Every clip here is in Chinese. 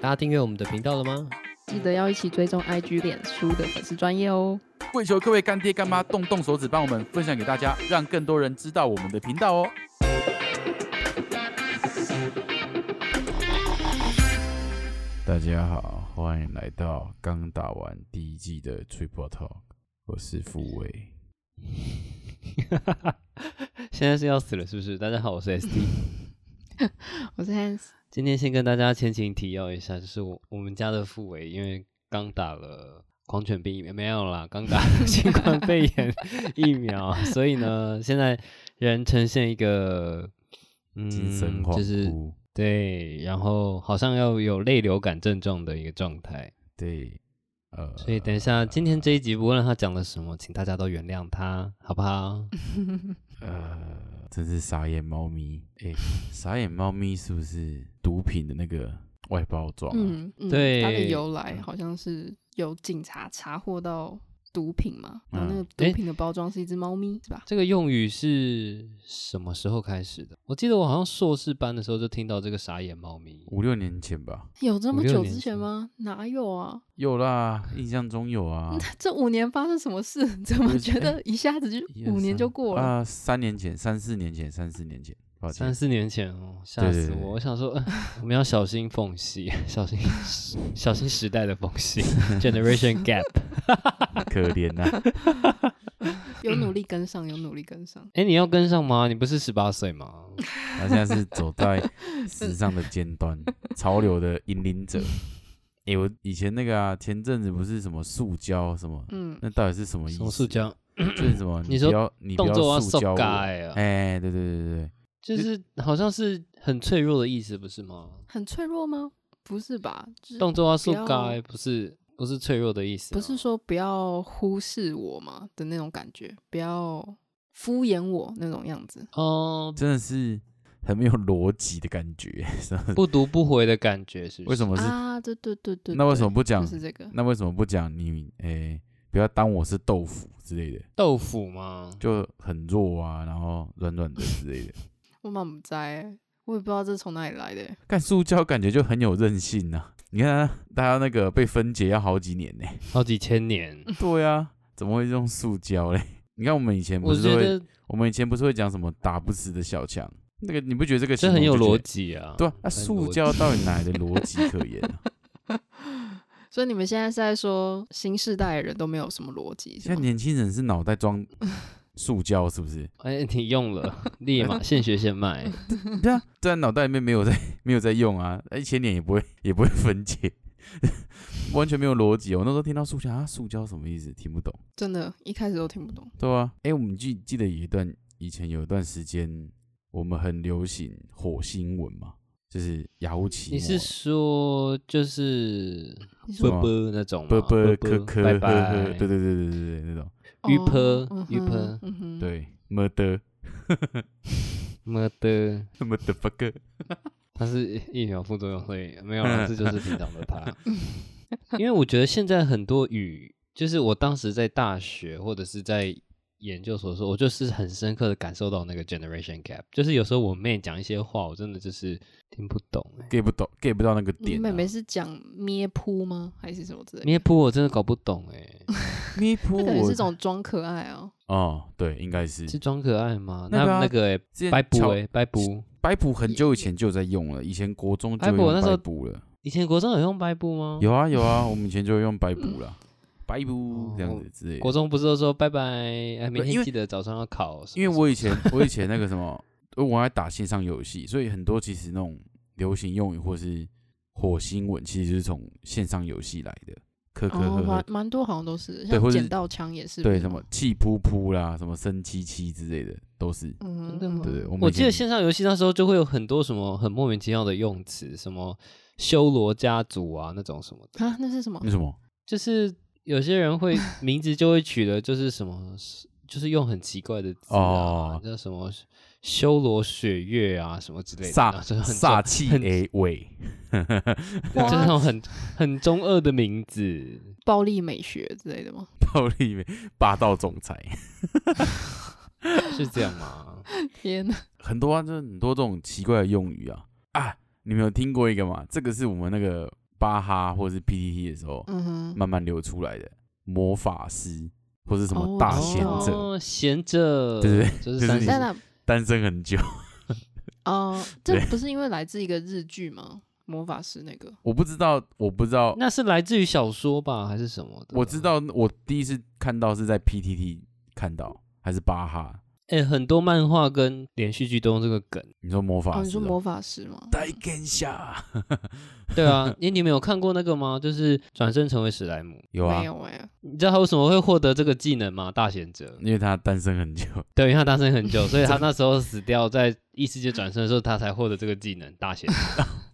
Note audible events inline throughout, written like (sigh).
大家订阅我们的频道了吗？记得要一起追踪 IG、脸书的粉丝专业哦。跪求各位干爹干妈动动手指，帮我们分享给大家，让更多人知道我们的频道哦。大家好，欢迎来到刚打完第一季的吹破 talk，我是傅伟。现在是要死了是不是？大家好，我是 (laughs) SD。我是 Hans，今天先跟大家前情提要一下，就是我我们家的父伟，因为刚打了狂犬病疫苗，没有啦，刚打了新冠肺炎疫 (laughs) 苗，所以呢，现在人呈现一个嗯，精神恍惚，就是对，然后好像要有类流感症状的一个状态。对，呃，所以等一下，今天这一集无论他讲了什么，请大家都原谅他，好不好？呃，真是傻眼猫咪， (laughs) 哎、傻眼猫咪是不是毒品的那个外包装、啊？嗯，嗯对它的由来好像是有警察查获到毒品嘛，然后那个诶毒品的包装是一只猫咪，是吧？这个用语是什么时候开始的？我记得我好像硕士班的时候就听到这个傻眼猫咪。五六年前吧，有这五么六久年之前前吗？哪有啊？有啦，印象中有 (laughs) 啊 (laughs) 这五年发生什么事？怎不么是觉诶得一下子就一二五年三就过了？啊、三年前、三四年前、三四年前，抱三歉，四年前哦，吓对死对对我！我想说， (laughs) 呃我们要小心缝隙，小心时小心时代的缝 (laughs) 隙，generation gap。可怜 (laughs) 呐、有努力跟上，有努力跟上。哎，你要跟上吗？你不是十八岁吗？他现在是走在时尚的尖端，潮流的引领者。哎、我以前那个啊，前阵子不是什么塑胶什么，嗯，那到底是什么意思？什么塑？胶就是什么？你说不要你不动作要要塑胶手我？哎、改啊？对对对对对，就是好像是很脆弱的意思，不是吗？很脆弱吗？不是吧？就是动作要手不要改，不是不是脆弱的意思啊，不是说不要忽视我嘛的那种感觉，不要敷衍我那种样子。哦，真的是很没有逻辑的感觉。 (laughs) 是吧不读不回的感觉，是不是？为什么是？啊，对对对对，那为什对么不嗯讲？就是这个？那为什么不讲你？哎、不要当我是豆腐之类的。豆腐吗？就很弱啊，然后软软的之类的。 (laughs) 我满不在欸，我也不知道这从哪里来的欸。看塑胶感觉就很有韧性呐、啊你看它它那个被分解要好几年 (laughs) 呢、好几千年，对啊，怎么会用塑胶嘞？你看我们以前不我是觉会，得我们以前不是会讲什么打不死的小强？那个你不觉得这个这很形有容就觉逻得？辑啊。对啊，那、很逻塑辑胶到底哪来的逻辑可言、 (laughs) 啊？所以你们现在是在说新世代的人都没有什么逻辑，是现在吗年轻人是脑袋装塑胶是不是？哎，你用 (laughs) 了，立啊马现学现卖。对啊，在脑袋里面没有在没有在用啊，一千年也不会也不会分解，完全没有逻辑哦。我那时候听到塑胶啊，塑胶什么意思？听不懂，真的，一开始都听不懂。对啊。哎、我们记记得有一段以前有一段时间，我们很流行火星文嘛，就是雅虎奇你是说就是你啵说什么啵那种吗？啵啵啵科科拜呵呵，拜。对对对对对对，那种鱼哦婆嗯鱼哼婆嗯哼，对么的妈的，么的 fuck，它是疫苗副作用，所以没有嗯啦，这就是平常的 (laughs) 他。因为我觉得现在很多语，就是我当时在大学或者是在研究所的时候，我就是很深刻的感受到那个 generation gap，就是有时候我妹讲一些话，我真的就是听不懂、欸。 get 不懂，get 不到那个你点、啊。妹妹是讲咩扑吗？还是什么之类的？咩噗，我真的搞不懂哎、咪噗，那感觉我是种装可爱 (laughs) 哦。哦，对，应该是是装可爱吗？那个啊那那个哎、之前白乔补哎、白补，白普很久以前就有在用了，以前国中就白有普那用时候白普了。以前国中有用白补吗？，有啊有 (laughs) 啊，我们以前就有用白补啦，白补嗯哦这样子之类国的。中不是都说拜拜，哎，明因天为记得早上要考什么因为我 (laughs) 以前我以前那个什么，因为我还打线上游戏，所以很多其实那种流行用语或是火星文，其实就是从线上游戏来的。可可哦呵，蛮呵，蛮多好像都是，或像是剪刀枪也是，不对是什吗么气噗噗啦，什么生七七之类的都是。嗯，真的吗对对，我们哦我以记得线前上游戏那时候就会有很多什么很莫名其妙的用词，什么修罗家族啊那种什么的，啊，那是什 (laughs) 么那？什么就是有些人 (laughs) 会名字就会取的，就是什么，就是用很奇怪的字啊哦，叫什么修罗雪月啊什么之类的，然煞后就是很煞中气很 A 尾，就是那 What？种很很中二的名字。暴力美学之类的吗？暴力美霸道总裁。是这样吗？天哪，很多啊，就是很多这种奇怪的用语啊啊！你们有听过一个吗？这个是我们那个巴哈或者是 PTT 的时候，嗯哼，慢慢流出来的魔法师或是什哦么我大知啊贤道者，哦，闲着，对对就就是是三你十但那单身很久， (laughs) 哦，这对不是因为来自一个日剧吗？魔法师那个，我不知道，我不知道，那是来自于小说吧，还是什么的？我知，道，我第一次看到是在 PTT 看到，还是巴哈？哎、很多漫画跟连续剧都用这个梗。你说魔法师、啊哦，你说魔法师吗？代根下对 (laughs) 啊，哎，你们有看过那个吗？就是转身成为史莱姆，有啊没，有哎，你知道他为什么会获得这个技能吗？大贤者，因为他单身很久，对，因为他单身很久，所以他那时候死掉，在异世界转身的时候，他才获得这个技能大贤者。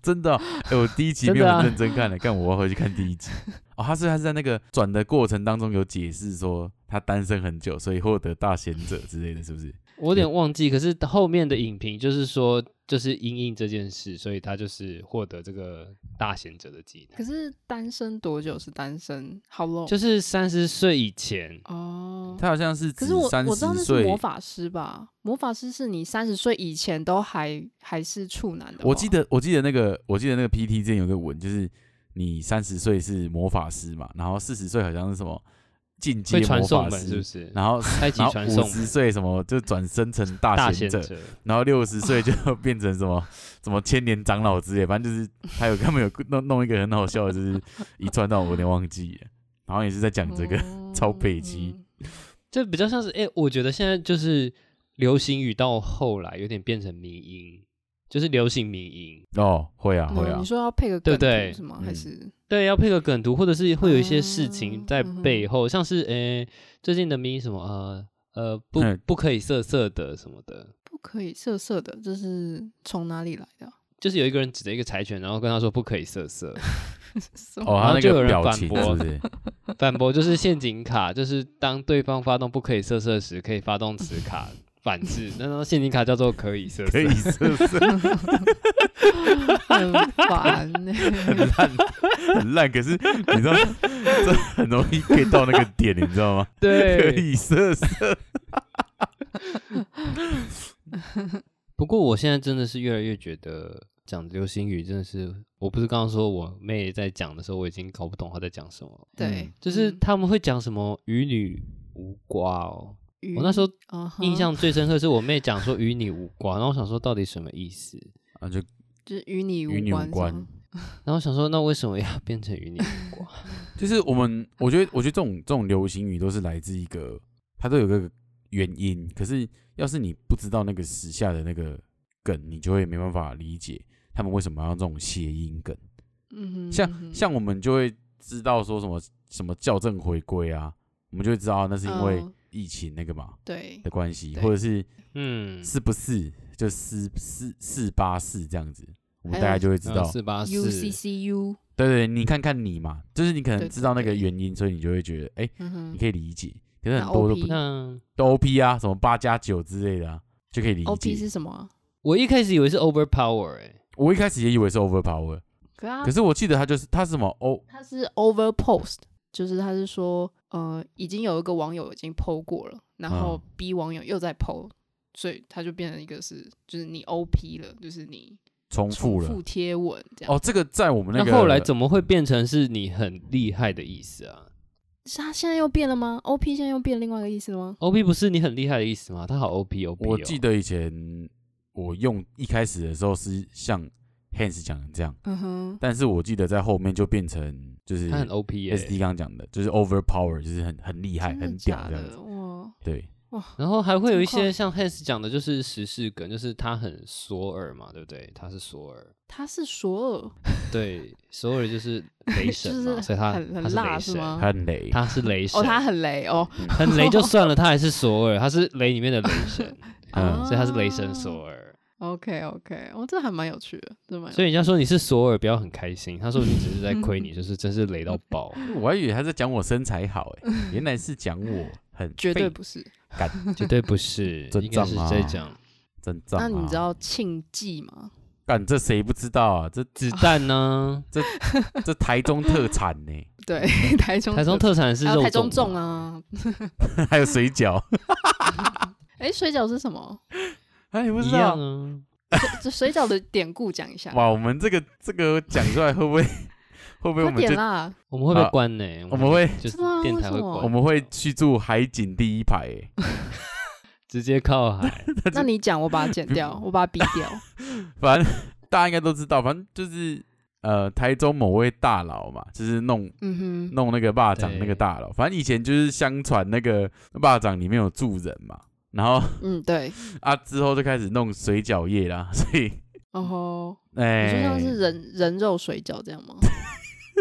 真的哦、哎、我第一 (laughs) 集真没的有啊很认真看了，看我要回去看第一集。 (laughs) 哦，他是他是在那个转的过程当中有解释说他单身很久，所以获得大贤者之类的，是不是？嗯我有点忘记，可是后面的影评就是说，就是因应这件事，所以他就是获得这个大贤者的技可能，是单身多久是单身？好 low 就是三十岁以前。哦。他好像是可指是我三我知道十那是魔岁，法师吧？魔法师是你三十岁以前都还还是处男的话，我记得我记得那个我记得那个 PT 之前有个文，就是你三十岁是魔法师嘛，然后四十岁好像是什么进阶会传魔送法门师，是不是？ (laughs) (laughs) 然后开启然后传五送十门，岁什么就转生成大大贤贤者，然后六十岁就 (laughs) 变成什么什么千年长老之类，反正就是他有他们有弄弄一个很好笑的，就是一串到我有点忘记了，然后也是在讲这个，嗯超北极这比较像是哎、诶我觉得现在就是流行语到后来有点变成迷音，就是流行迷音。哦，会啊嗯会嗯啊你，说要配个对梗不对图是吗？嗯还是对，要配个梗图，或者是会有一些事情在嗯背后，像是哎、诶最近的迷什么呃呃不嗯不可以色色的什么的，不可以色色的？这是从哪里来的啊？ (laughs) 就是有一个人指着一个柴犬，然后跟他说不可以色色，什么哦然他后那就有个人表反情驳是 (laughs) 不是？反驳就是陷阱卡，就是当对方发动不可以色色时，可以发动此卡反制，那张陷阱卡叫做可以色可色以。是不是很烦欸呢、 (laughs) 很烂很烂？可是你知道这很容易 get 到那个点，你知道吗？可对，以色色，不过我现在真的是越来越觉得讲流行语真的是，我不是刚刚说我妹在讲的时候，我已经搞不懂她在讲什么，对，就是嗯他们会讲什么与你无瓜哦。鱼我那时候啊哈印象最深刻是我妹讲说与你无关，然后我想说到底什么意思，啊就就是与你与你无关是关吗，然后我想说那为什么要变成与你无关？就是我们，我觉得，我觉得这种这种流行语都是来自一个，它都有个原因。可是，要是你不知道那个时下的那个梗，你就会没办法理解他们为什么要用这种谐音梗。嗯哼，嗯像哼像我们就会知道说什么什么校正回归啊，我们就会知道那是因为嗯疫情那个嘛对的关系，嗯对或者是 (laughs) 嗯，是不是就四四四八四这样子，我们还大概有就会知道。呃四八四 UCCU，对对，你看看你嘛，就是你可能对知道那个对原因，所以你就会觉得，哎、嗯你哼，可以理解。可是那很多都 OP 不那都 OP 啊，什么八加九之类的、啊，就可以理 OP 解是。什么啊？我一开始以为是 overpower 哎、我一开始也以为是 overpower，可啊可，是我记得他就是他是什么哦 O 它是 over post，就是他是说，呃，已经有一个网友已经 PO 过了，然后嗯 B 网友又在 PO，所以它就变成一个是，就是你 OP 了，就是你重复重了复贴文这样。哦，这个在我们那那个后来怎么会变成是你很厉害的意思啊是他现在又变了吗？OP 现在又变另外一个意思了吗？ ？OP 不是你很厉害的意思吗？他好 OP OP，、哦、我记得以前我用一开始的时候是像 Hans 讲的这样，嗯哼，但是我记得在后面就变成就是他很哦 OP 耶、 SD 刚刚讲的，就是 overpower，就是很很厉害、真的很假屌这样的子。哇对，哇，然后还会有一这么些快像 Hans 讲的，就是时事梗，就是他很索尔嘛，对不对？他是索尔，他是索尔，对， (laughs) 索尔就是雷神 (laughs) 就嘛，是所以他很他很是辣雷是神，吗？他很雷，嗯他是雷神，哦，他很雷哦，很雷就算了，他还是索尔，他是雷里面的雷神， (laughs) 嗯所以他是雷神索尔。 OK OK，哦，这还蛮有趣的，这蛮有趣所以人家说你是索尔，不要很开心，他说你只是在亏你，就是真是雷到爆。我还以为他在讲我身材好、 (laughs) 欸，原来是讲我很绝对废不是。绝对不 (laughs) 是，尊应该重是啊在讲真脏、那啊。你知道庆忌吗？ (laughs) 干这谁不知道啊？这子弹呢、这台中特产呢、对， (laughs) 台中台中特产是哦还肉有台中粽粽嘛，啊。还有水饺，哎，水饺是什么？ (laughs) 哎，你不一知样道？啊。这水饺的典故讲一下。 (laughs) 哇，我们这个这个讲出来会不会会会不会我快们点就啦！我们会被啊关呢、我们会就是是吗电为台什会么关，我们会去住海景第一排、欸？直接靠海。 (laughs) 那你讲，我把它剪 (laughs) 掉，我把它逼掉。反正大家应该都知道，反正就是呃，台中某位大佬嘛，就是弄嗯哼，弄那个霸掌对那个大佬。反正以前就是相传那个霸掌里面有住人嘛，然后嗯，对，啊之后就开始弄水饺业啦， (laughs) 所以然后哦你哎，说像是人人肉水饺这样 (laughs) 吗？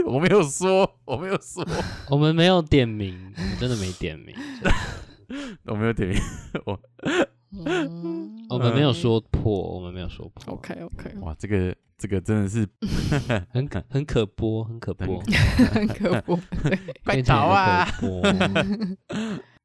我没有说，我没有说， (laughs) 我们没有点名，我们真的没点 (laughs) 名，我没有点名。嗯哦我们没有说破，我们没有说破， OK OK，哇，这个这个真 (laughs) 的是很可很可播，很可播，很可怖。对快变成逃啊！很可 (laughs) 播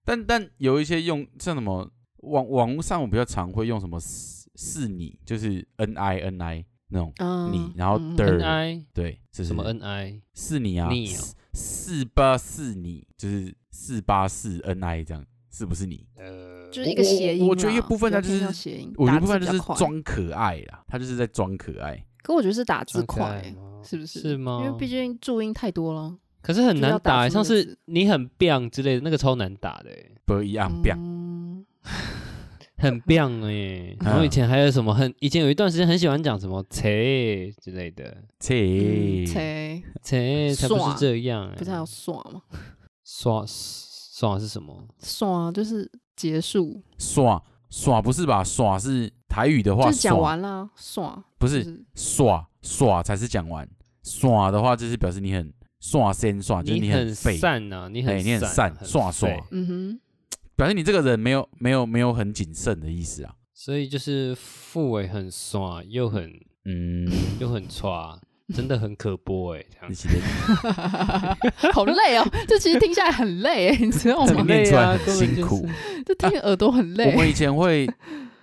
但但有一些用像什么网网络上我比较常会用什么是是你，就是 N I N I 那种嗯 (laughs) 你，然后嗯 der N I 对，这是什么 N I 是你啊，你哦四四八四你就是四八四 N I 这样，是不是你？呃就是一个谐音啊。我我觉得一部分它它就叫是谐音，我打有一部字分比就较是快，装可爱啦，他就是在装可爱。可我觉得是打字很可爱快，吗是不是？是吗？哦因为毕竟注音太多了。可是很就是难要打打欸，上出那个次字你很 biang 之类的那个超难打的欸，不一样，啊不嗯 (laughs) 很 biang 哎。然后以嗯前还有什么很，以前有一段时间很喜欢讲什么切之类的，切嗯，才切才不是爽这样欸，不嗯是还有耍吗？爽爽是什么？耍就是结束，耍耍不是吧？耍是台语的话，就是讲耍完啦，耍不就是是耍耍才是讲完。耍的话就是表示你很耍先耍，啊就是你很废，散呐，你哎，很你很散散，耍耍，废嗯哼，表示你这个人没有没有没有很谨慎的意思啊。所以就是副尾很爽，又很嗯，又很差，真的很可播哎，这样 (laughs) 你写的好累哦，这其实听下来很累欸，你知道这吗个？念出来很根本辛啊就是苦。这听耳朵很我累。们以前会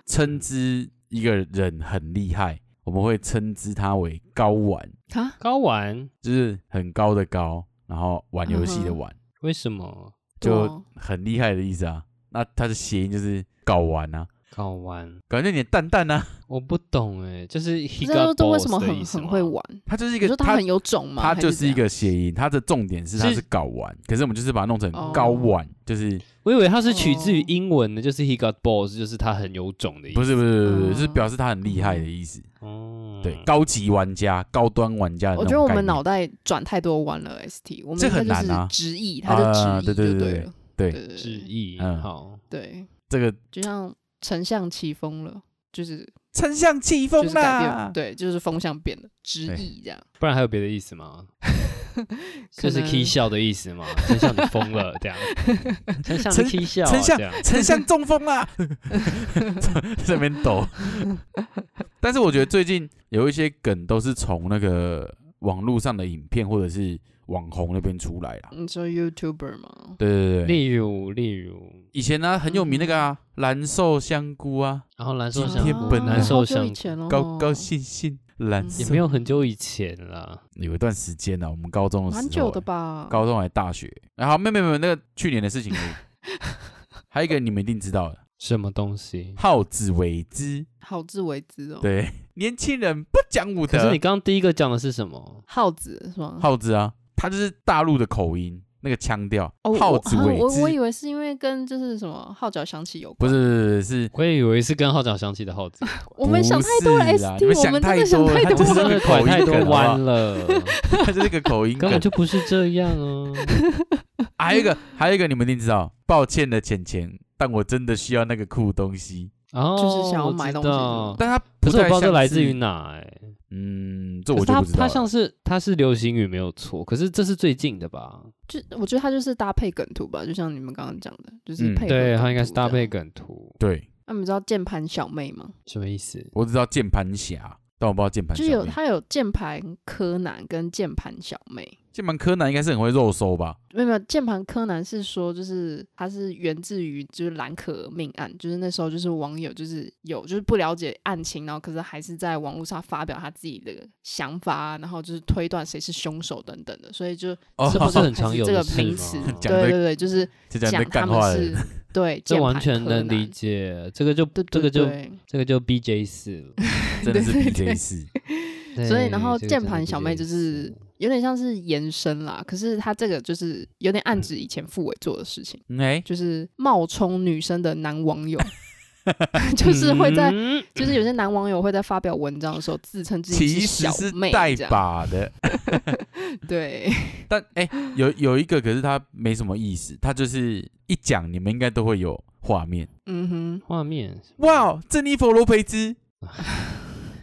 称之一个人很厉害，我们会称之他为高玩，啊，高玩就是很高的高，然后玩游戏的玩，为什么对就哦很厉害的意思啊。那它的谐音就是搞玩啊，高玩？感觉你的蛋蛋啊，我不懂哎，就是不 he 知道 got 这为什 balls 么的很意思很吗会玩？它就是你一个说他很有种吗？它还就是怎一样个谐音，它的重点是它是搞玩，可是我们就是把它弄成哦高玩，就是我以为它是取自于哦英文的，就是 he got balls，就是他很有种的意思。不是不是不是不是，哦是表示他很厉害的意思。哦，对，高级玩家、高端玩家的那我种觉概念。得我们脑袋转太多弯了，ST，我们这很应该难啊就是直译，它就直啊译对就对对对了，对对致对意嗯好，对，这个就像丞相起风了，就是丞相气就风是改变了，啦，对，就是风向变了，直对译这样，不然还有别的意思 (laughs) 吗？可就是能 k 笑的意思吗？真像你疯了这样， (laughs) 真像你 k 笑，丞相这样 (laughs) 丞相中风啦， (laughs) 这边 (laughs) 抖。但是我觉得最近有一些梗都是从那个网络上的影片或者是网红那边出来啦。你说 YouTuber 吗？对对对对，例如例如，以前呢、很有名那个嗯啊，蓝瘦香菇啊，然后蓝瘦今香天菇，本来蓝瘦哦好久香以前菇了，哦高高兴兴蓝也瘦，没有很久以前啦，有一段时间呢、啊我们高中的时候、蛮久的？吧？高中还大学，然、后没有没有没有那个去年的事情 (laughs) 而已，还有一个你们一定知道的，什么东西？好自为之。好自为之哦，对，年轻人不讲武可是德你。刚刚第一个讲的是什么？耗子是吗？耗子啊，他就是大陆的口音，那个腔调。哦，我耗子啊为我我以之，为是因为跟就是什么号角响起有不关，是不是不是 (laughs) 是，我也以为是跟号角响起的号子，我们想太多了不是啦，ST，你们我想们真太的想多了太他就多是真了，的拐太多弯 (laughs) 了，它就是一个口音根本梗。就不是这样啊！还有一个，还有一个，你们一定知道，抱歉的钱钱，但我真的需要那个酷东西。哦，就是想要我买知东西道但它可不是我太不知道这像来自是于哪哎、欸，嗯，这可我是就它不知道它了。像是它是流行语没有错，可是这是最近的吧？就我觉得它就是搭配梗图吧，就像你们刚刚讲的，就是嗯配、对，它应该是搭配。梗图，对，那、你们知道键盘小妹吗？什么意思？我只知道键盘侠，但我不知道键盘就小有妹它有键盘柯南跟键盘小妹。键盘柯南应该是很会肉搜吧？没有没有，键盘柯南是说，就是它是源自于就是蓝可儿命案，就是那时候就是网友就是有就是不了解案情，然后可是还是在网络上发表他自己的想法啊，然后就是推断谁是凶手等等的，所以就哦， (laughs) 这不 (laughs) 是很常有这个的事哦名吗词，讲对对对对，就是就讲讲你在他干话们的是人， (laughs) (laughs) 对，这键完盘全柯能南理解，这个就对对这个就对这个就 (laughs) BJ 四了。真的是对对 BJ 四。所以然后对键盘小妹就是有点像是延伸啦。可是他这个就是有点暗指以前傅伟做的事情，哎、就是冒充女生的男网 (laughs) 友， (laughs) (laughs) 就是会在，嗯就是有些男网友会在发表文章的时候自称自己其小实是妹带这样，把的，对， (laughs) 但哎、有有一个可是他没什么意思，他就是一讲你们应该都会有画面。嗯哼，画面哇，珍妮佛罗培 (laughs) 兹，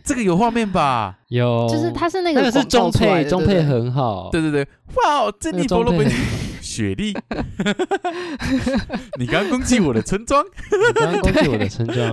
这个有画面吧？有，就是他是那那个是广告中出来配，的中对配不对很好，对对对，哇，珍那妮个佛中罗配很培兹，好。雪莉， (laughs) 你刚攻击我的村庄。你刚刚攻击我的村庄，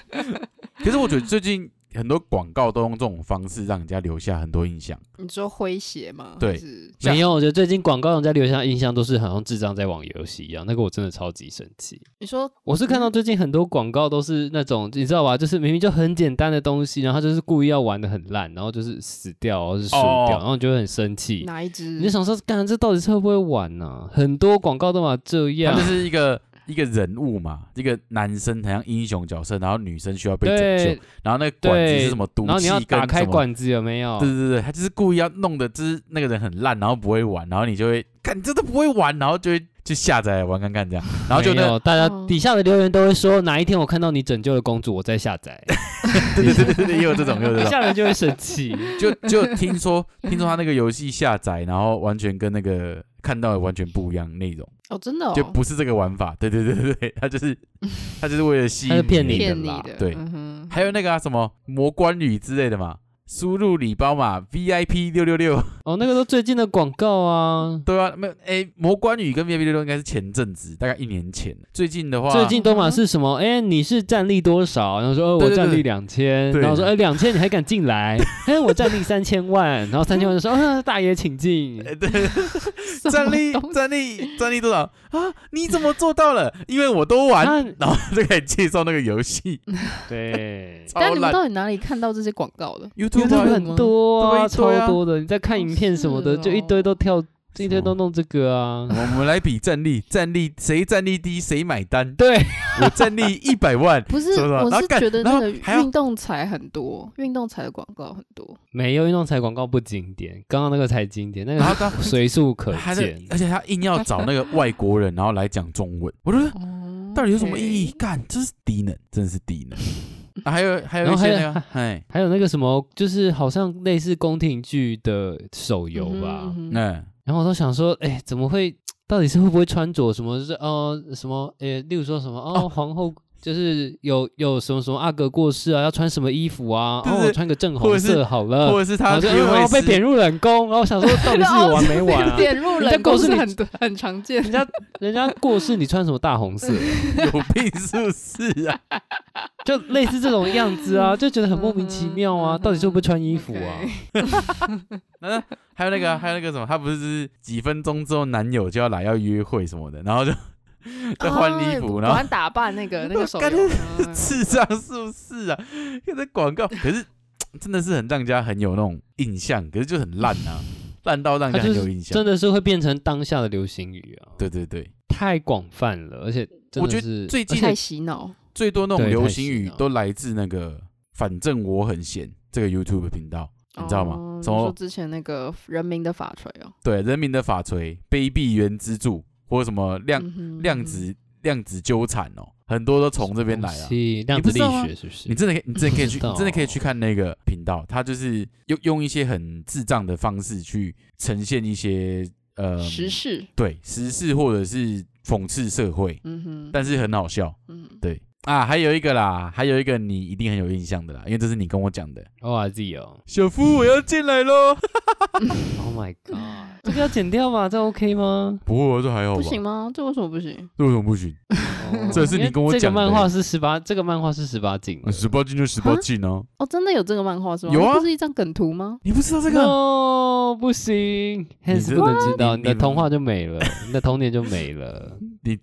(laughs) 可是我觉得最近很多广告都用这种方式让人家留下很多印象。你说诙谐哦吗？对还是没有，我觉得最近广告人家留下的印象都是好像智障在玩游戏一样，那个我真的超级生气。你说我是看嗯到最近很多广告都是那种，你知道吧？就是明明就很简单的东西，然后他就是故意要玩的很烂，然后就是死掉，然后是输哦嗯掉，然后你就会很生气。哪一只？你就想说，干这到底是会不会玩呢、很多广告都嘛这他样就，是一个一个人物嘛，一个男生好像英雄角色，然后女生需要被拯对救，，然后那个管子对是什么毒然后你气要跟打开什么，管子有没有对？对对，他就是故意要弄的，就是那个人很烂，然后不会玩，然后你就会看你真的不会玩，然后就会去下载来玩看看这样，然后就没那有，大家哦底下的留言都会说，哪一天我看到你拯救了公主，我再下载，对对对对对 (laughs) 对，也有这种也有这底种， (laughs) 下人就会生气。就就听说听说他那个游戏下载，然后完全跟那个看到的完全不一样内容。哦，真的、哦、就不是这个玩法。对对对对对，他就是 (laughs) 他就是为了吸他引是骗你的骗你啦的，对，嗯哼 (laughs) 还有那个啊什么魔关羽之类的嘛，输入礼包嘛，VIP 六六六， (laughs) 哦，那个都最近的广告啊，对啊，没有哎，魔关羽跟 VIP 六六应该是前阵子，大概一年前。最近的话，最近都嘛是什么？哎，你是战力多少？然后说，哦，对我对对战力两千，对然后说，哎，两千你还敢进 (laughs) 来？哎，我战力三千万，然后三千万就说，啊，大爷请进。哎对，(laughs) 战力战力战力多少啊？你怎么做到了？因为我都玩，啊然后就开始介绍那个游戏，对嗯超但你们烂。到底哪里看到这些广告的？ YouTube 啊，YouTube 很多啊，对对啊超啊多的。你在看影片什么哦的，是哦就一堆都跳，一堆都弄这个我啊。们我们来比战力，战力谁战力低谁买单。对，我战力一百万，不是，什么什么我然后是干觉得然那后个还要运动彩很多，运动彩的广告很多。没有运动彩广告不经典，刚刚那个才经典，那然后个他 (laughs) 随处可啊还在见，而。且他硬要找那个外国人，然后来讲中文，我觉得哦到底有什么意义？？干，这是低能，真的是低能。啊 (laughs) 还有还有一然后还些有那个，哎，还有那个什么，就是好像类似宫廷剧的手游吧，嗯，然后我都想说，哎，怎么会？到底是会不会穿着什么？就是哦、呃什么？呃，例如说什么哦，哦皇后就是有有什么什么阿哥过世啊，要穿什么衣服啊？对对哦，我穿个正或红者是色好了。或者是他然后就约嗯会哦被贬时，入冷宫，然后我想说到底是有完没完 (laughs) 啊？点入冷告宫诉是你很多很常见 (laughs) 人。家人家过世，你穿什么大红色？ (laughs) 有病是不是啊？就类似这种样子啊，就觉得很莫名其妙啊，嗯哼到底是会不会穿衣服啊？嗯，还有那 (laughs) 个啊还有那个什么，他不是就是几分钟之后男友就要来要约会什么的，然后就 (laughs) 在换衣服，然后玩哦打扮那个那个手游 (laughs) 干嗯 (laughs) 智障是不是啊？看这广告，可是真的是很让人家很有那种印象，可是就很烂啊，烂到让人它家就很是有印象真。的是会变成当下的流行语啊，对对对，太广泛了，而且真我的觉得是最近太洗脑。最多那种对流太行闲语了都来自那个“反正我很闲”这个 YouTube 频道， (laughs) 你知道吗哦什你么说之前那个人民的法锤哦，对人民的法锤、卑鄙原支柱，或者什么量嗯哼量子量子纠缠哦，很多都从这边来啊东。西量不子知力道吗学是不是？你真的可以，你真的可以不去，知道你真的可以去看那个频道，他就是用用一些很智障的方式去呈现一些呃时事，对时事或者是讽刺社会，嗯哼，但是很好笑嗯，啊。还有一个啦，还有一个你一定很有印象的啦，因为这是你跟我讲的。 O R Z 哦小夫，我要进来喽。 ，Oh my god，这个要剪掉吧？这 OK 吗？ (laughs) 不会，哦我这还好吧？不行吗？这为什么不行？为什么不行？哦这是你因为跟我这个讲的欸哦漫画是十八，这个漫画是十八禁的。嗯十八禁就十八禁哦。哦，真的有这个漫画是吗？有啊那不是一张梗图吗？你不知道这个？ No，不行，Hans 真不的能知道，你你的你童话就没了，你的童年就没 (laughs) 了。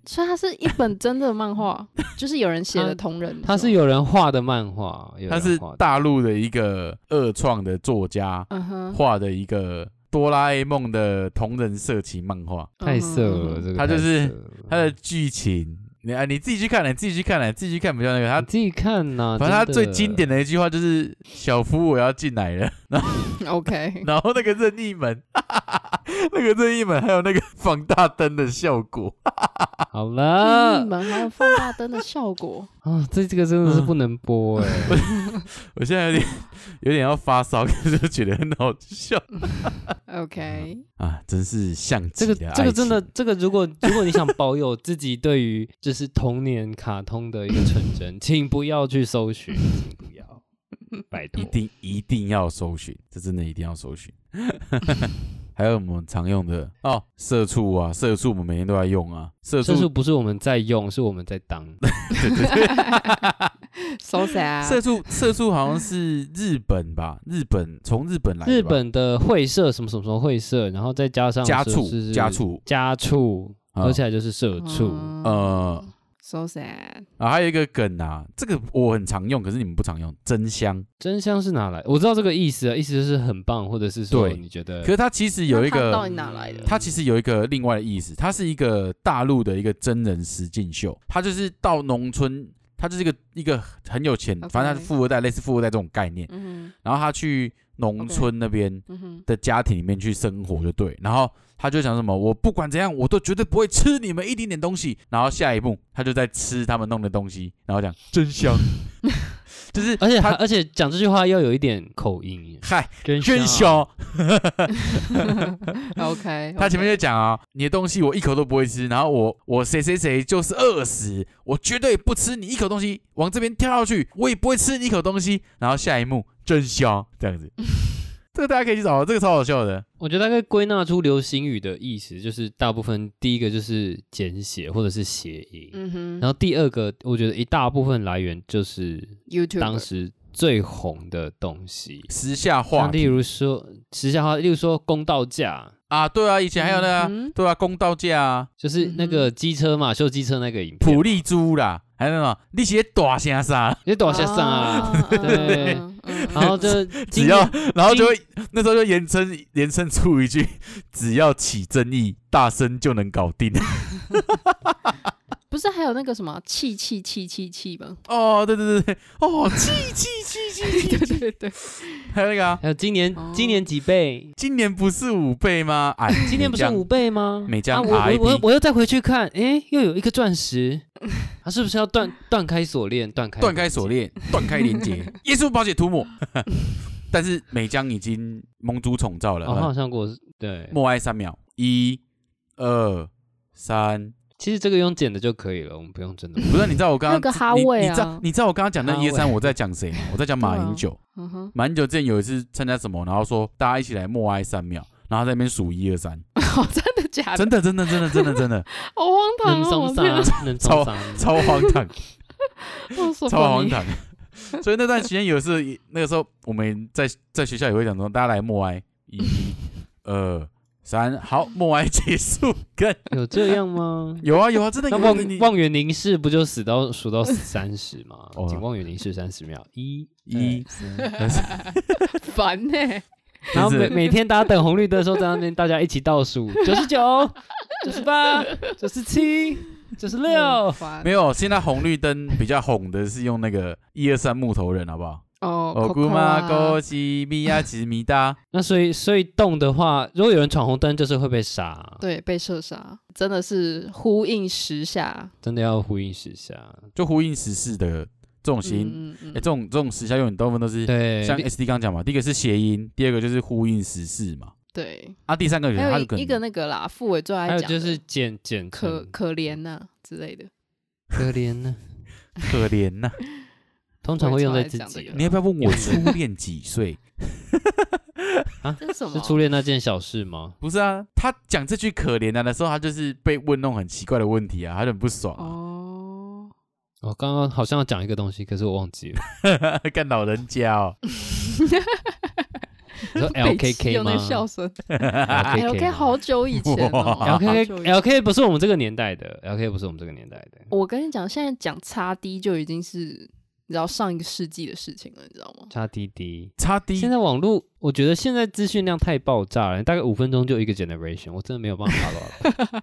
所以它是一本真的漫画，就是有人写的同人，它是，有人画的漫画，有人他是画的大陆的一个二创的作家嗯哼，画的一个哆啦 A 梦的同人色情漫画，太色嗯了，哼这个他就太嗯是色了它的剧情。你啊，你自己去看了，你自己去看了，你自己去看比较那个。他你自己看呐、嗯反正他真的最经典的一句话就是“小夫我要进 (laughs) 来了”，然后嗯 OK，然后那个任意门， (laughs) 那个任意门还有那个放大灯的效果，好嗯，了门还有放大灯的效 (laughs) 果，啊，这这个真嗯的是不能播哎、我现在有点 (laughs) 有点要发烧， (laughs) 可是就觉得很好笑 (laughs) (laughs) OK，啊，真是像极这个了这爱个真的情，这个如果如果你想保有自己对于就是童年卡通的一个纯真，请不要去搜 (laughs) 寻，请不要，拜托一。定一定要搜寻，这真的一定要 (laughs) 搜寻。还有我们常用的哦，社畜啊，社畜我们每天都在用啊，社这畜是 (laughs) 不是我们在用，是我们在当。 (laughs) so sad，社畜社畜好像是日本吧，日本从日本来的吧，日本的会社什么什么什么会社，然后再加上家是畜是家畜家畜，啊合起来就是社哦畜。哦呃嗯，so sad，啊，还有一个梗啊，这个我很常用，可是你们不常用，真香。真香是哪来？我知道这个意思啊，意思就是很棒，或者是说对你觉得可是它其实有那一它到个底，哪来的？它其实有一个另外的意思，它是一个大陆的一个真人实境秀，它就是到农村，它就是一个一个很有钱， OK 反正它是富二代，类似富二代这种概念，嗯然后他去农 OK 村那边哼，嗯 (laughs) 哼，的家庭里面去生活就对。然后他就想什么，我不管怎样，我都绝对不会吃你们一丁点东西。然后下一步他就在吃他们弄的东西，然后讲真 (laughs) 香，就是而且还他而且讲这句话要有一点口 (laughs) 音，嗨真真香。啊香。 OK， (laughs) 他前面就讲啊，你的东西我一口都不会吃，然后我我谁谁谁就是饿死，我绝对不吃你一口东西，往这边跳下去，我也不会吃你一口东西。然后下一幕真香，这样 (laughs) 子，这个大家可以去找，这个超好笑的。我觉得大概归纳出流行语的意思，就是大部分第一个就是简写或者是谐音，嗯哼，然后第二个我觉得一大部分来源就是 YouTube 当时最红的东西，时下那话例题如说时下话，例如说公道价，啊，对啊，以前还有那个啊、嗯对啊，公道价啊，就是那个机车嘛，修机车那个影片，普利珠啦，还有那种你写大声啥， (laughs) 你多少上啊？哦对嗯嗯嗯然后就 (laughs) 只今要年然后就会那时候就延伸延伸出一句，只要起争议，大声就能搞定。不是还有那个什么气气气气气吗？ (laughs) 哦，对对对对， (laughs) 哦，气气气气气，对对对，还有那个、啊，还有呃今年哦今年几倍？今年不是五倍吗？哎， (laughs) 今年不是美江五倍吗？美江啊，我我 RIP 我我又再回去看，诶，又有一个钻石，他是不是要断断开锁链？断开断开锁 (laughs) 链，断开连结，耶稣宝血涂抹。 (laughs) 但是美江已经蒙主宠罩了，哦，他好像给我对，默哀三秒，一、二、三。其实这个用剪的就可以了，我们不用真的。不是，你知道我刚还有刚个哈你味你知道啊你知道我刚刚讲那哈一二三味我在讲谁吗？我在讲马对啊英九。嗯哼，马英九之前有一次参加什么，然后说大家一起来默哀三秒，然后他在那边数一二三，哦，真的啊假的真？的真的真的真的 (laughs) 真的好荒唐能哦！我松天啊，啥？能松啥？超荒唐，我说啊超荒你唐。 (laughs) 所以那段时间有一次，那个时候我们在在学校也会讲说，大家来默哀， (laughs) 一、二、三，好，默哀结束。看，有这样 (laughs) 吗？有啊有啊，真的那有啊。望你望远凝视不就死到数 (laughs) 到三十吗哦？请望远凝视三十秒，一一二三烦呢、然后就每 (laughs) 是每天大家等红绿灯的时候，在那边大家一起倒数：九十九、九十八、九十七、九十很六。烦没有，现在红绿灯比较红的是用那个一二三木头人，好不好？哦，哦，姑妈哥西米亚吉米达，那所以所以动的话，如果有人闯红灯，就是会被杀，对被射杀，真的是呼应时下。真的要呼应时下。就呼应时事的这种谐音。嗯嗯哎、嗯这种这种时下用语大部分都是对，像 S D 刚讲嘛，第一个是谐音，第二个就是呼应时事嘛。对，啊，第三个就是还它有就可一一能个那个啦，傅伟最爱还有讲的，就是简简可称可怜呐、之类的。可怜呢，可怜呐、通常会用在自我也超爱己讲这你个要不要问我有初恋几岁？这是什是么？初恋那件小事吗？ (laughs) 不是啊，他讲这句可怜啊的时候，他就是被问那种很奇怪的问题啊，他就很不爽啊、哦，我刚刚好像要讲一个东西，可是我忘记了。 (laughs) 干老人家哦，你说 (laughs) 北齐 LKK 有那吗个笑声？LKK ，LK 好久以前哦啊哇好久 LK 以前 LK 不是我们这个年代的，LK 不是我们这个年代的。我跟你讲，现在讲擦 D 就已经是你知道上一个世纪的事情了，你知道吗？叉滴滴，差低现在网络，我觉得现在资讯量太爆炸了，大概五分钟就一个 generation，我真的没有办法了。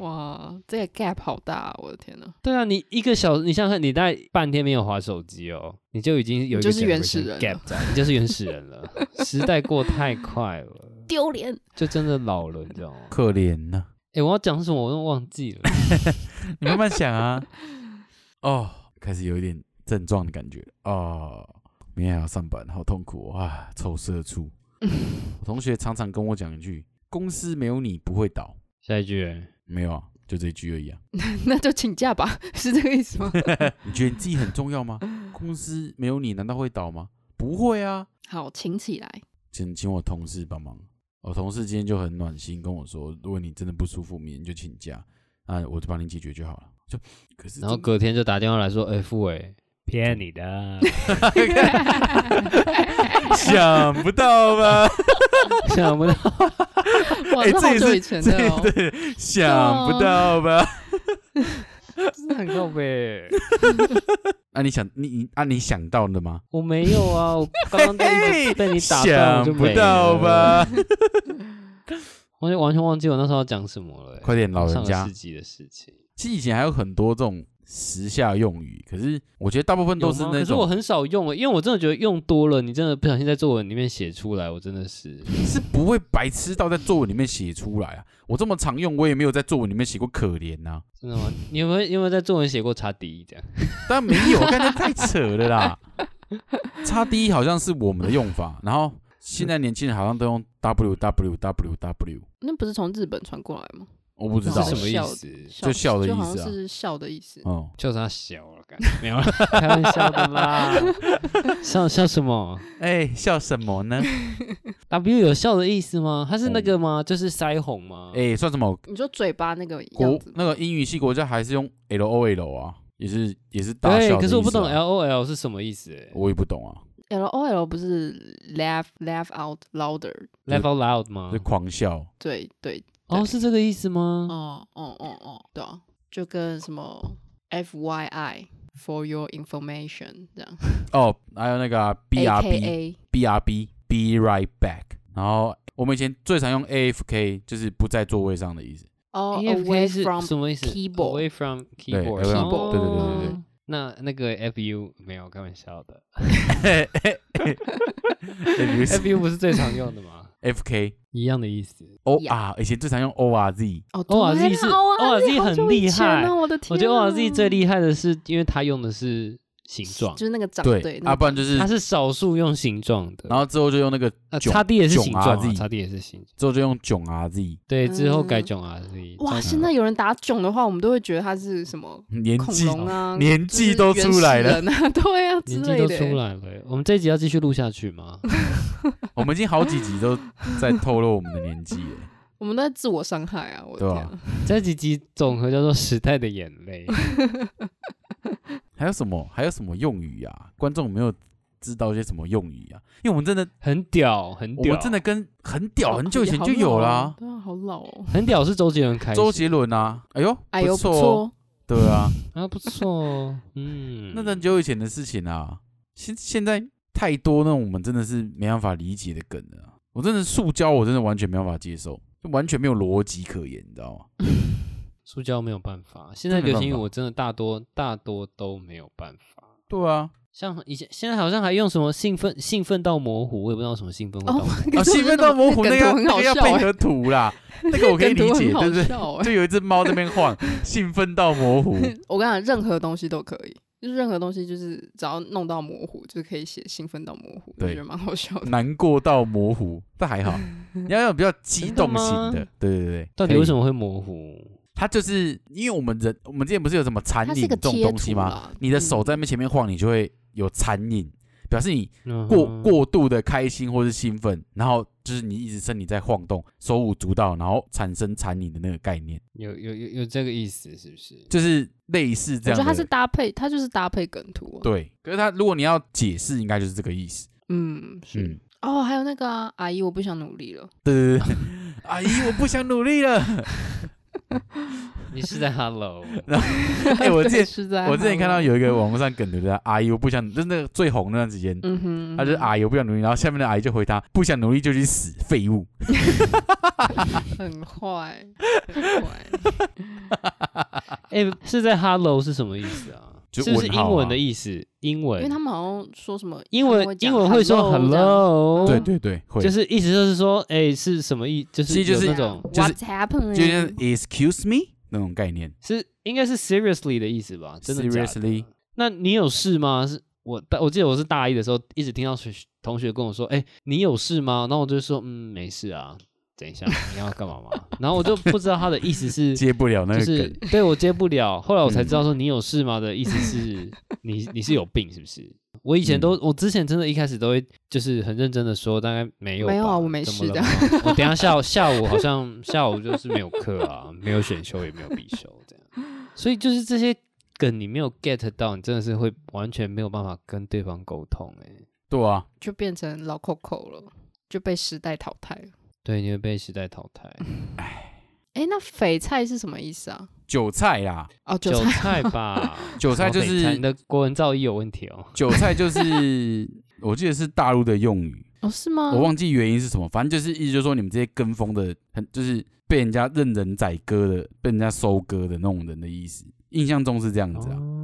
哇，这个 gap 好大、啊，我的天呐！对啊，你一个小时，你想想看，你大概半天没有滑手机哦，你就已经有一个你就是原始 generation 人了 gap 在，你就是原始人了。时代过太快了，丢脸！就真的老了，你知道吗？可怜呐、哎、我要讲什么我都忘记了。你慢慢想啊。哦，开始有一点症状的感觉哦。明天还要上班，好痛苦哦啊、臭社畜。我同学常常跟我讲一句：“公司没有你不会倒。下一句，”没有啊，就这一句而已啊。 (laughs) 那就请假吧， (laughs) 是这个意思吗？你觉得你自己很重要吗？公司没有你难道会倒吗？不会啊。好，请起 (laughs) 来。请请我同事帮忙。我同事今天就很暖心跟我说：“如果你真的不舒服，明天就请假，那我就帮你解决就好了。”就可 (laughs) 是然后这隔天就打电话来说，哎、傅伟骗你的， (laughs) (laughs) 想不到吧？想不到，哇，哎这这好也久是以前的哦， (laughs) 对，想不啊到吧？ (laughs) 真的很靠背。啊，你想你你啊，你想到了吗？我没有啊，我刚刚就哎一直被你打断，想我就不没到了？ (laughs) 吧？我就完全忘记我那时候要讲什么了、欸。快点，老人上家个世。纪的事情，其实以前还有很多这种时下用语，可是我觉得大部分都是有吗那可是我种很少用、欸，因为我真的觉得用多了，你真的不小心在作文里面写出来，我真的是。是不会白痴到在作文里面写出来啊。我这么常用，我也没有在作文里面写过可怜啊呐、真 (laughs) 的吗？你有没有你有没有在作文写过查迪这样？但没有，刚才太扯了 (laughs) 啦。叉 D 好像是我们的用法，然后现在年轻人好像都用 W W W W，那不是从日本传过来吗？我不知这道是什么意笑思？就笑的意就好思啊像是笑的意 (laughs) 思。哦，就是他小了，感觉没有啦，开玩笑的啦。 (laughs) 笑笑什么哎、笑什么呢？ ？W 有笑的意思吗？它是那个吗？就是腮红吗？ (laughs) 哎、算什么？你说嘴巴那个样国子吗，那个英语系国家还是用 L O L 啊，也是也是大对笑、，可是我不懂，L O L 是什么意思、欸。啊我也不懂啊， L O L 不是 laugh laugh out louder？ Laugh out loud 吗就？狂笑。对对，哦，是这个意思吗？哦哦哦哦，对啊，就跟什么 F Y I for your information 这样哦，还有那个、啊、B R ，A K A B B R B Be right back，然后我们以前最常用 A F K，就是不在座位上的意思。哦 AFK away 是 from 什么意思 keyboard ？Away from keyboard， away from- 哦对对对对对。那那个 F U 没有开玩笑的 (laughs) 哎哎，F U 不是最常用的吗？ F K 一样的意思。 O Yeah R，以前最常用 O R Z，哦对 ORZ 是啊 ORZ 好久很厉以前啊害我的天， (laughs) 我觉得 O R Z 最厉害的是，因为它用的是形状就，是那个长对，那啊，个不然就是它，是少数用形状的。然后之后就用那个，呃，囧叉 D 也是形状囧啊， RZ 叉 D 也是形状。之后就用囧 R Z，对，之后改嗯囧 R Z。哇，现在有人打囧的话，我们都会觉得他是什么年恐纪龙啊，年就纪是都原出始来了，人啊， (laughs) 对啊，之年纪类都的出来了欸，我们这一集要继续录下去 (laughs) 吗？ (laughs) 我们已经好几集都在透露我们的年纪了。我们都在自我伤害啊，我的对啊天啊，这几集总和叫做《时代的眼泪》，还有什么？还有什么用语啊？观众有没有知道一些什么用语啊？因为我们真的，很屌，很我屌，们真的跟很 (laughs) 屌，哦很久以前好就老有哦啦。对啊，好老哦，很屌是周杰伦开的，周杰伦啊，哎呦，哎呦错哦，错，对啊，啊不错哦，嗯， (laughs) 那很久以前的事情啊，现现在太多那种我们真的是没办法理解的梗了啊、我真的塑胶，我真的完全没办法接受，就完全没有逻辑可言，你知道吗？塑胶没有办法，现在真没流办行语法我真的大多大多都没有办法。对 (laughs) 啊，像以前，现在好像还用什么兴奋兴奋到模糊，我也不知道什么兴奋会到哦模糊。 (laughs) 啊，兴奋到模糊那梗图个那很好个要笑配欸，合 (laughs) 图啦，那个我可以理解，梗图对很不好笑对？就欸有一只猫在那边晃，兴奋到 (laughs) 模糊，我跟你讲，任何东西都可以，就是任何东西，就是只要弄到模糊，就是可以写兴奋到模糊，我对嗯觉得蛮好笑的。难过到模糊，但 (laughs) 还好，你要有比较激动型真的的，对对对。到底为什么？么会模糊？它就是因为我们人，我们之前不是有什么残它影是个这种贴东西图啊嗯吗？啦，你的手在那边前面晃，你就会有残影，表示你嗯过哼过度的开心或是兴奋，然后就是你一直身体在晃动，手舞足蹈，然后产生残影的那个概念，有有有有这个意思是不是？就是类似我这觉样得的。它是搭配，它就是搭配梗图、啊。，对，可是他如果你要解释，应该就是这个意思。嗯，是。嗯，哦，还有那个、啊、阿姨，我不 (laughs) 想努力了。 (laughs) 对对对。阿姨，我不想努力了。你是在 Hello 啊吗 (laughs) 哎、我 (laughs) 之对前是在我之前看到哈喽，有一个网络上梗的，就是阿姨我不想，就是那个最红那段时间，嗯哼，他就是啊阿姨我不想努力，然后下面的阿姨就回他不想努力就去死，废物。很坏，很坏。哎、是在 Hello 是什么意思啊？就是不是问号英文啊的意思？英因文，为他们好像说什么英他们文讲英文会说 hello，这对样对对，会就是意思就是说，哎、是什么意？就是其实就是有那种就是 What's happening？就是 excuse me 那种概念。是应该是 seriously 的意思吧？真的假的 Seriously 那你有事吗？是我大我记得我是大一的时候，一直听到学同学跟我说，哎、你有事吗？然后我就说，嗯，没事啊。等一下，你要干嘛吗？然后我就不知道他的意思是 (laughs) 接不了那就个是梗，嗯对我接不了，后来我才知道说你有事吗的意思 (laughs) 是你你是有病是不是？我以前嗯都我之前真的一开始都会就是很认真的说大概没有吧没有啊我没事怎么了吗 (laughs) 我等一下下午下午好像下午就是没有课啊，没有选修也没有必修这样，所以就是这些梗你没有 get 到，你真的是会完全没有办法跟对方沟通哎、对啊，就变成老 Coco 了，就被时代淘汰了。对，你会被时代淘汰。哎、那肥菜是什么意思啊？韭菜啦，哦，韭 (laughs) 韭菜菜，吧，韭菜哦就什么北菜是你的国文造诣有问题哦。韭菜就是，我记得是大陆的用语，哦，是吗？我忘记原因是什么，反正就是意思就是说你们这些跟风的，很就是被人家任人宰割的，被人家收割的那种人的意思，印象中是这样子啊。哦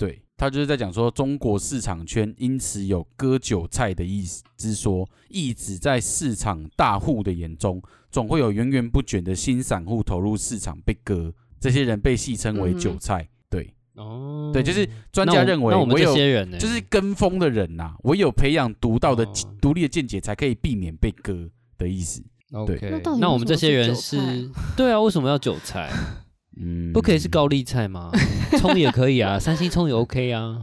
对他就是在讲说，中国市场圈因此有割韭菜的意思之说，意指在市场大户的眼中，总会有源源不绝的新散户投入市场被割，这些人被戏称为嗯韭菜。对哦，对，就是专家认为那我们唯这有些人呢，就是跟风的人呐、唯有培养独到的哦独立的见解，才可以避免被割的意思。 OK，对那到底那为我们什么这些是人韭是菜， (laughs) 对啊，为什么要韭菜？嗯，不可以是高丽菜 (laughs) 吗？葱也可以啊，三星葱也 OK 啊。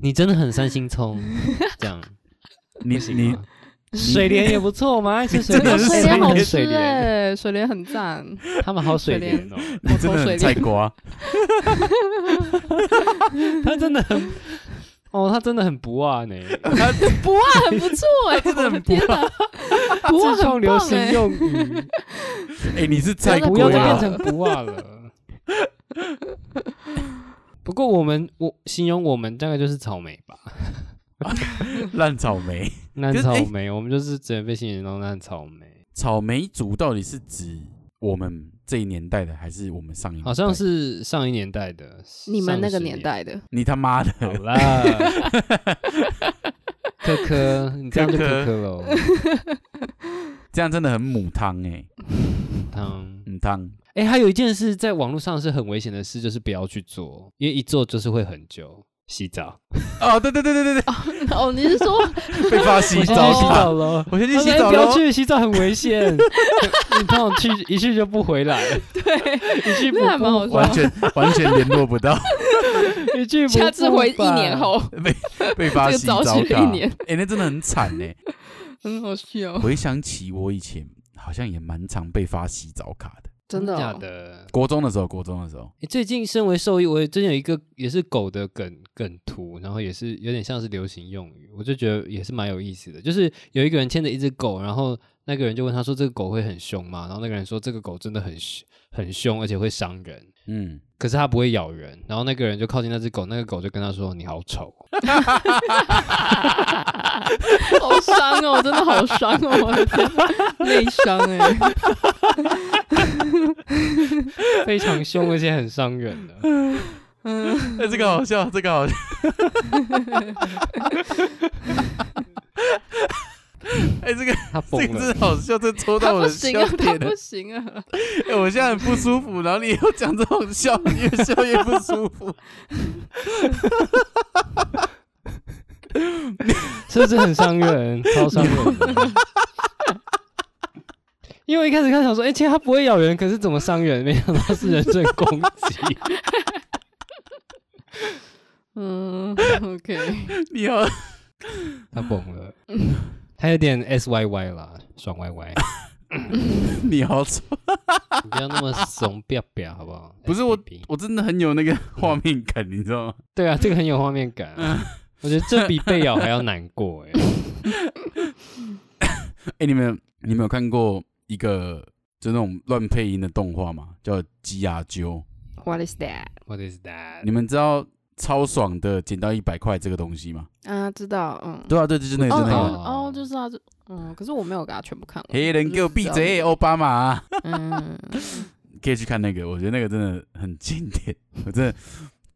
你真的很三星葱，这样你不行啊你吗水莲也不错 (laughs) 嘛，爱吃水真的莲，水谁莲好不爱吃水莲，哎、水莲很赞，他们好水水莲 (laughs) 哦，我真投的水很菜 (laughs) 莲。瓜，他真的很，哦，他真的很不啊呢，他 (laughs) 不啊，很不 (laughs) 错哎、真的我的很不天哪，不啊，自创很流棒哎、行用语，哎、你是菜不不要要龟再再变啊？成不二了。不过我们我形容我们大概就是草莓吧，烂草莓，烂可是草诶莓，我们就是只能被形容烂草莓，草莓族到底是指我们这一年代的，还是我们上一年代？好像是上一年代的，你们那个上十年代的，你他妈的， (laughs) 好啦。科科，你这样就科科喽。这样真的很母汤哎、嗯汤，母汤。哎，还有一件事在网络上是很危险的事，就是不要去做，因为一做就是会很久。洗澡，哦，对对对对对哦，你是说对，被发洗我先去澡洗了，澡喽。我先去他说洗哎澡不要了。去洗澡很危 (laughs) 险。你通常去一去就不回来， (laughs) 对，一去不那还蛮好复笑返完，全 (laughs) 完全联络不到，一去不下次复回一年返，后， (laughs) 被发这个洗早澡起了卡一年哎、那真的很惨哎、 (laughs) 很嗯好笑，回想起我以前好像也蛮常被发洗澡卡的，真的、假哦，的？国中的时候，国中的时候，诶最近身为兽医，我也最近有一个也是狗的梗梗图，然后也是有点像是流行用语，我就觉得也是蛮有意思的。就是有一个人牵着一只狗，然后那个人就问他说：“这个狗会很凶吗？”然后那个人说：“这个狗真的很凶很凶，而且会伤人。”嗯，可是它不会咬人，然后那个人就靠近那只狗，那个狗就跟他说：“你好丑。”哦 (laughs) 好伤哦，真的好伤哦，我的天，内伤哎、 (laughs) (laughs) 非常凶，而且很伤人的。哎、这个好笑，这个 (laughs) 好笑。哎、这个他这疯个了真的，好笑，这戳他到我不的行笑啊，他点了不。行啊，哎、我现在很不舒服，然后你又讲这种笑，你越笑越不舒服。是不是很伤人？超伤人 (laughs) 的。因为我一开始看想说，哎、其实它不会咬人，可是怎么伤人？没想到是人身攻 (laughs) 击。嗯，OK， (laughs) 你好，他疯了，他有点 S Y Y 啦，爽歪歪。你好丑！你不要那么怂，不要不要，好 (laughs) 不好？不是我 SPP 我真的很有那个画面感，你知道吗？对啊，这个很有画面感啊、嗯我觉得这比被咬还要难过哎、 (laughs) 哎、你们有你们有看过一个就那种乱配音的动画嘛，叫《鸡牙揪》。 What is that？ What is that？你们知道超爽的捡到一百块这个东西吗？啊，知道，嗯，对啊，对，就是那个，哦就是那个。哦哦，就是啊，就嗯，可是我没有给他全部看完。黑人给我闭嘴，哦，奥巴马！ (laughs) 嗯，可以去看那个，我觉得那个真的很经典， (laughs) 我真的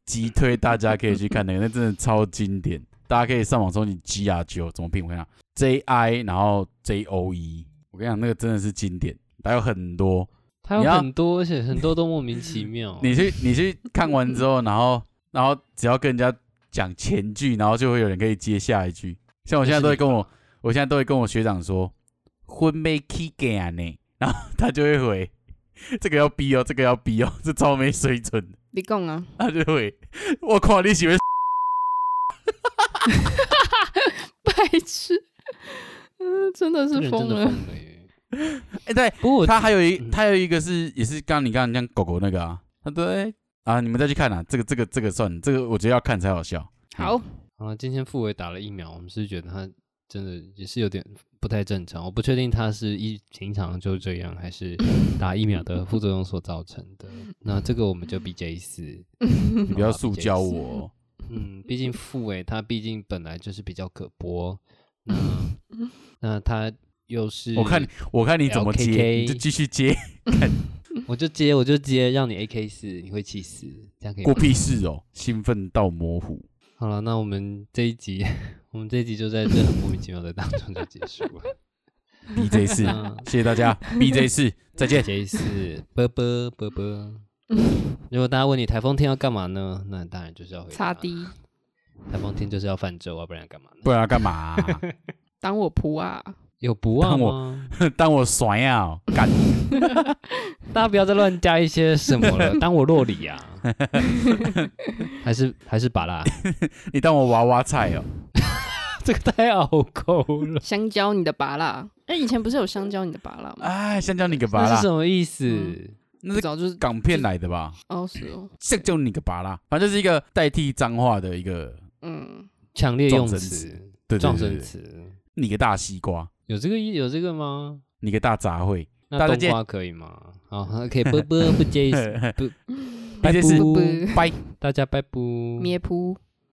急推大家可以去看那个，那真的超经典。大家可以上网搜你 G R 九怎么拼，我跟你讲 J I 然后 J O E，我跟你讲那个真的是经典，还有很多。它你有要很多，而且很多都莫名其妙。你去你去看完之后，然后然后只要跟人家讲前句，然后就会有人可以接下一句。像我现在都会跟我，我现在都会跟我学长说“婚没起干呢”， (laughs) 然后他就会回“这个要逼哦，这个要逼哦， (laughs) 这超没水准的你讲啊，”，他就会“我靠，你喜欢 (laughs) 白痴，嗯，真的这是人真疯的了。疯了耶！哎、对，不过我他还有一嗯他有一个是也是刚刚你刚刚讲狗狗那个啊，他对啊，你们再去看啊，这个这个这个算这个我觉得要看才好笑。好，啊，今天傅伟打了疫苗，我们是觉得他真的也是有点不太正常。我不确定他是一平常就这样，还是打疫苗的副作用所造成的。那这个我们就 BJ (laughs) 四，你不要塑胶我、哦，嗯，毕竟傅伟他毕竟本来就是比较可播， (laughs) 那那他又是哎我看我看你怎么接， LKK 你就继续接，我就接我就接，让你 AK 四，你会气死，这样可以吗过屁事哦，兴奋到模糊。好了，那我们这一集， (laughs) 我们这一集就在这很莫名其妙的当中就结束了。 (laughs) BJ 四，那谢谢大家，BJ 四，再见。这一次，波波波 (laughs) 波。如果大家问你台风天要干嘛呢？那当然就是要回答擦。低，台风天就是要泛舟啊，不然要干嘛呢？不然要干嘛 (laughs) 啊、当我仆啊，有不忘当我吗？ (laughs) 当我爽呀、哦，干！大家不要再乱加一些什么 (laughs) 了，当我落里啊， (laughs) 还是还是把啦，你当我娃娃菜哦？ (laughs) 这个太拗口了。香蕉你的拔蜡。哎，以前不是有香蕉你的拔蜡吗？哎，香蕉你个拔那是啦，什么意思？嗯不那是知道就是港片来的吧？哦是哦，香蕉你个拔啦，反正就是一个代替脏话的一个，嗯，强烈用撞声词，对对撞对对声对，词，你个大西瓜，有这个意有这个吗？你个大杂烩。大那家冬见瓜可以吗？好，可以 (laughs) 波波不介意思，不 BJ 拜四，不不拜。大家拜不。咩噗。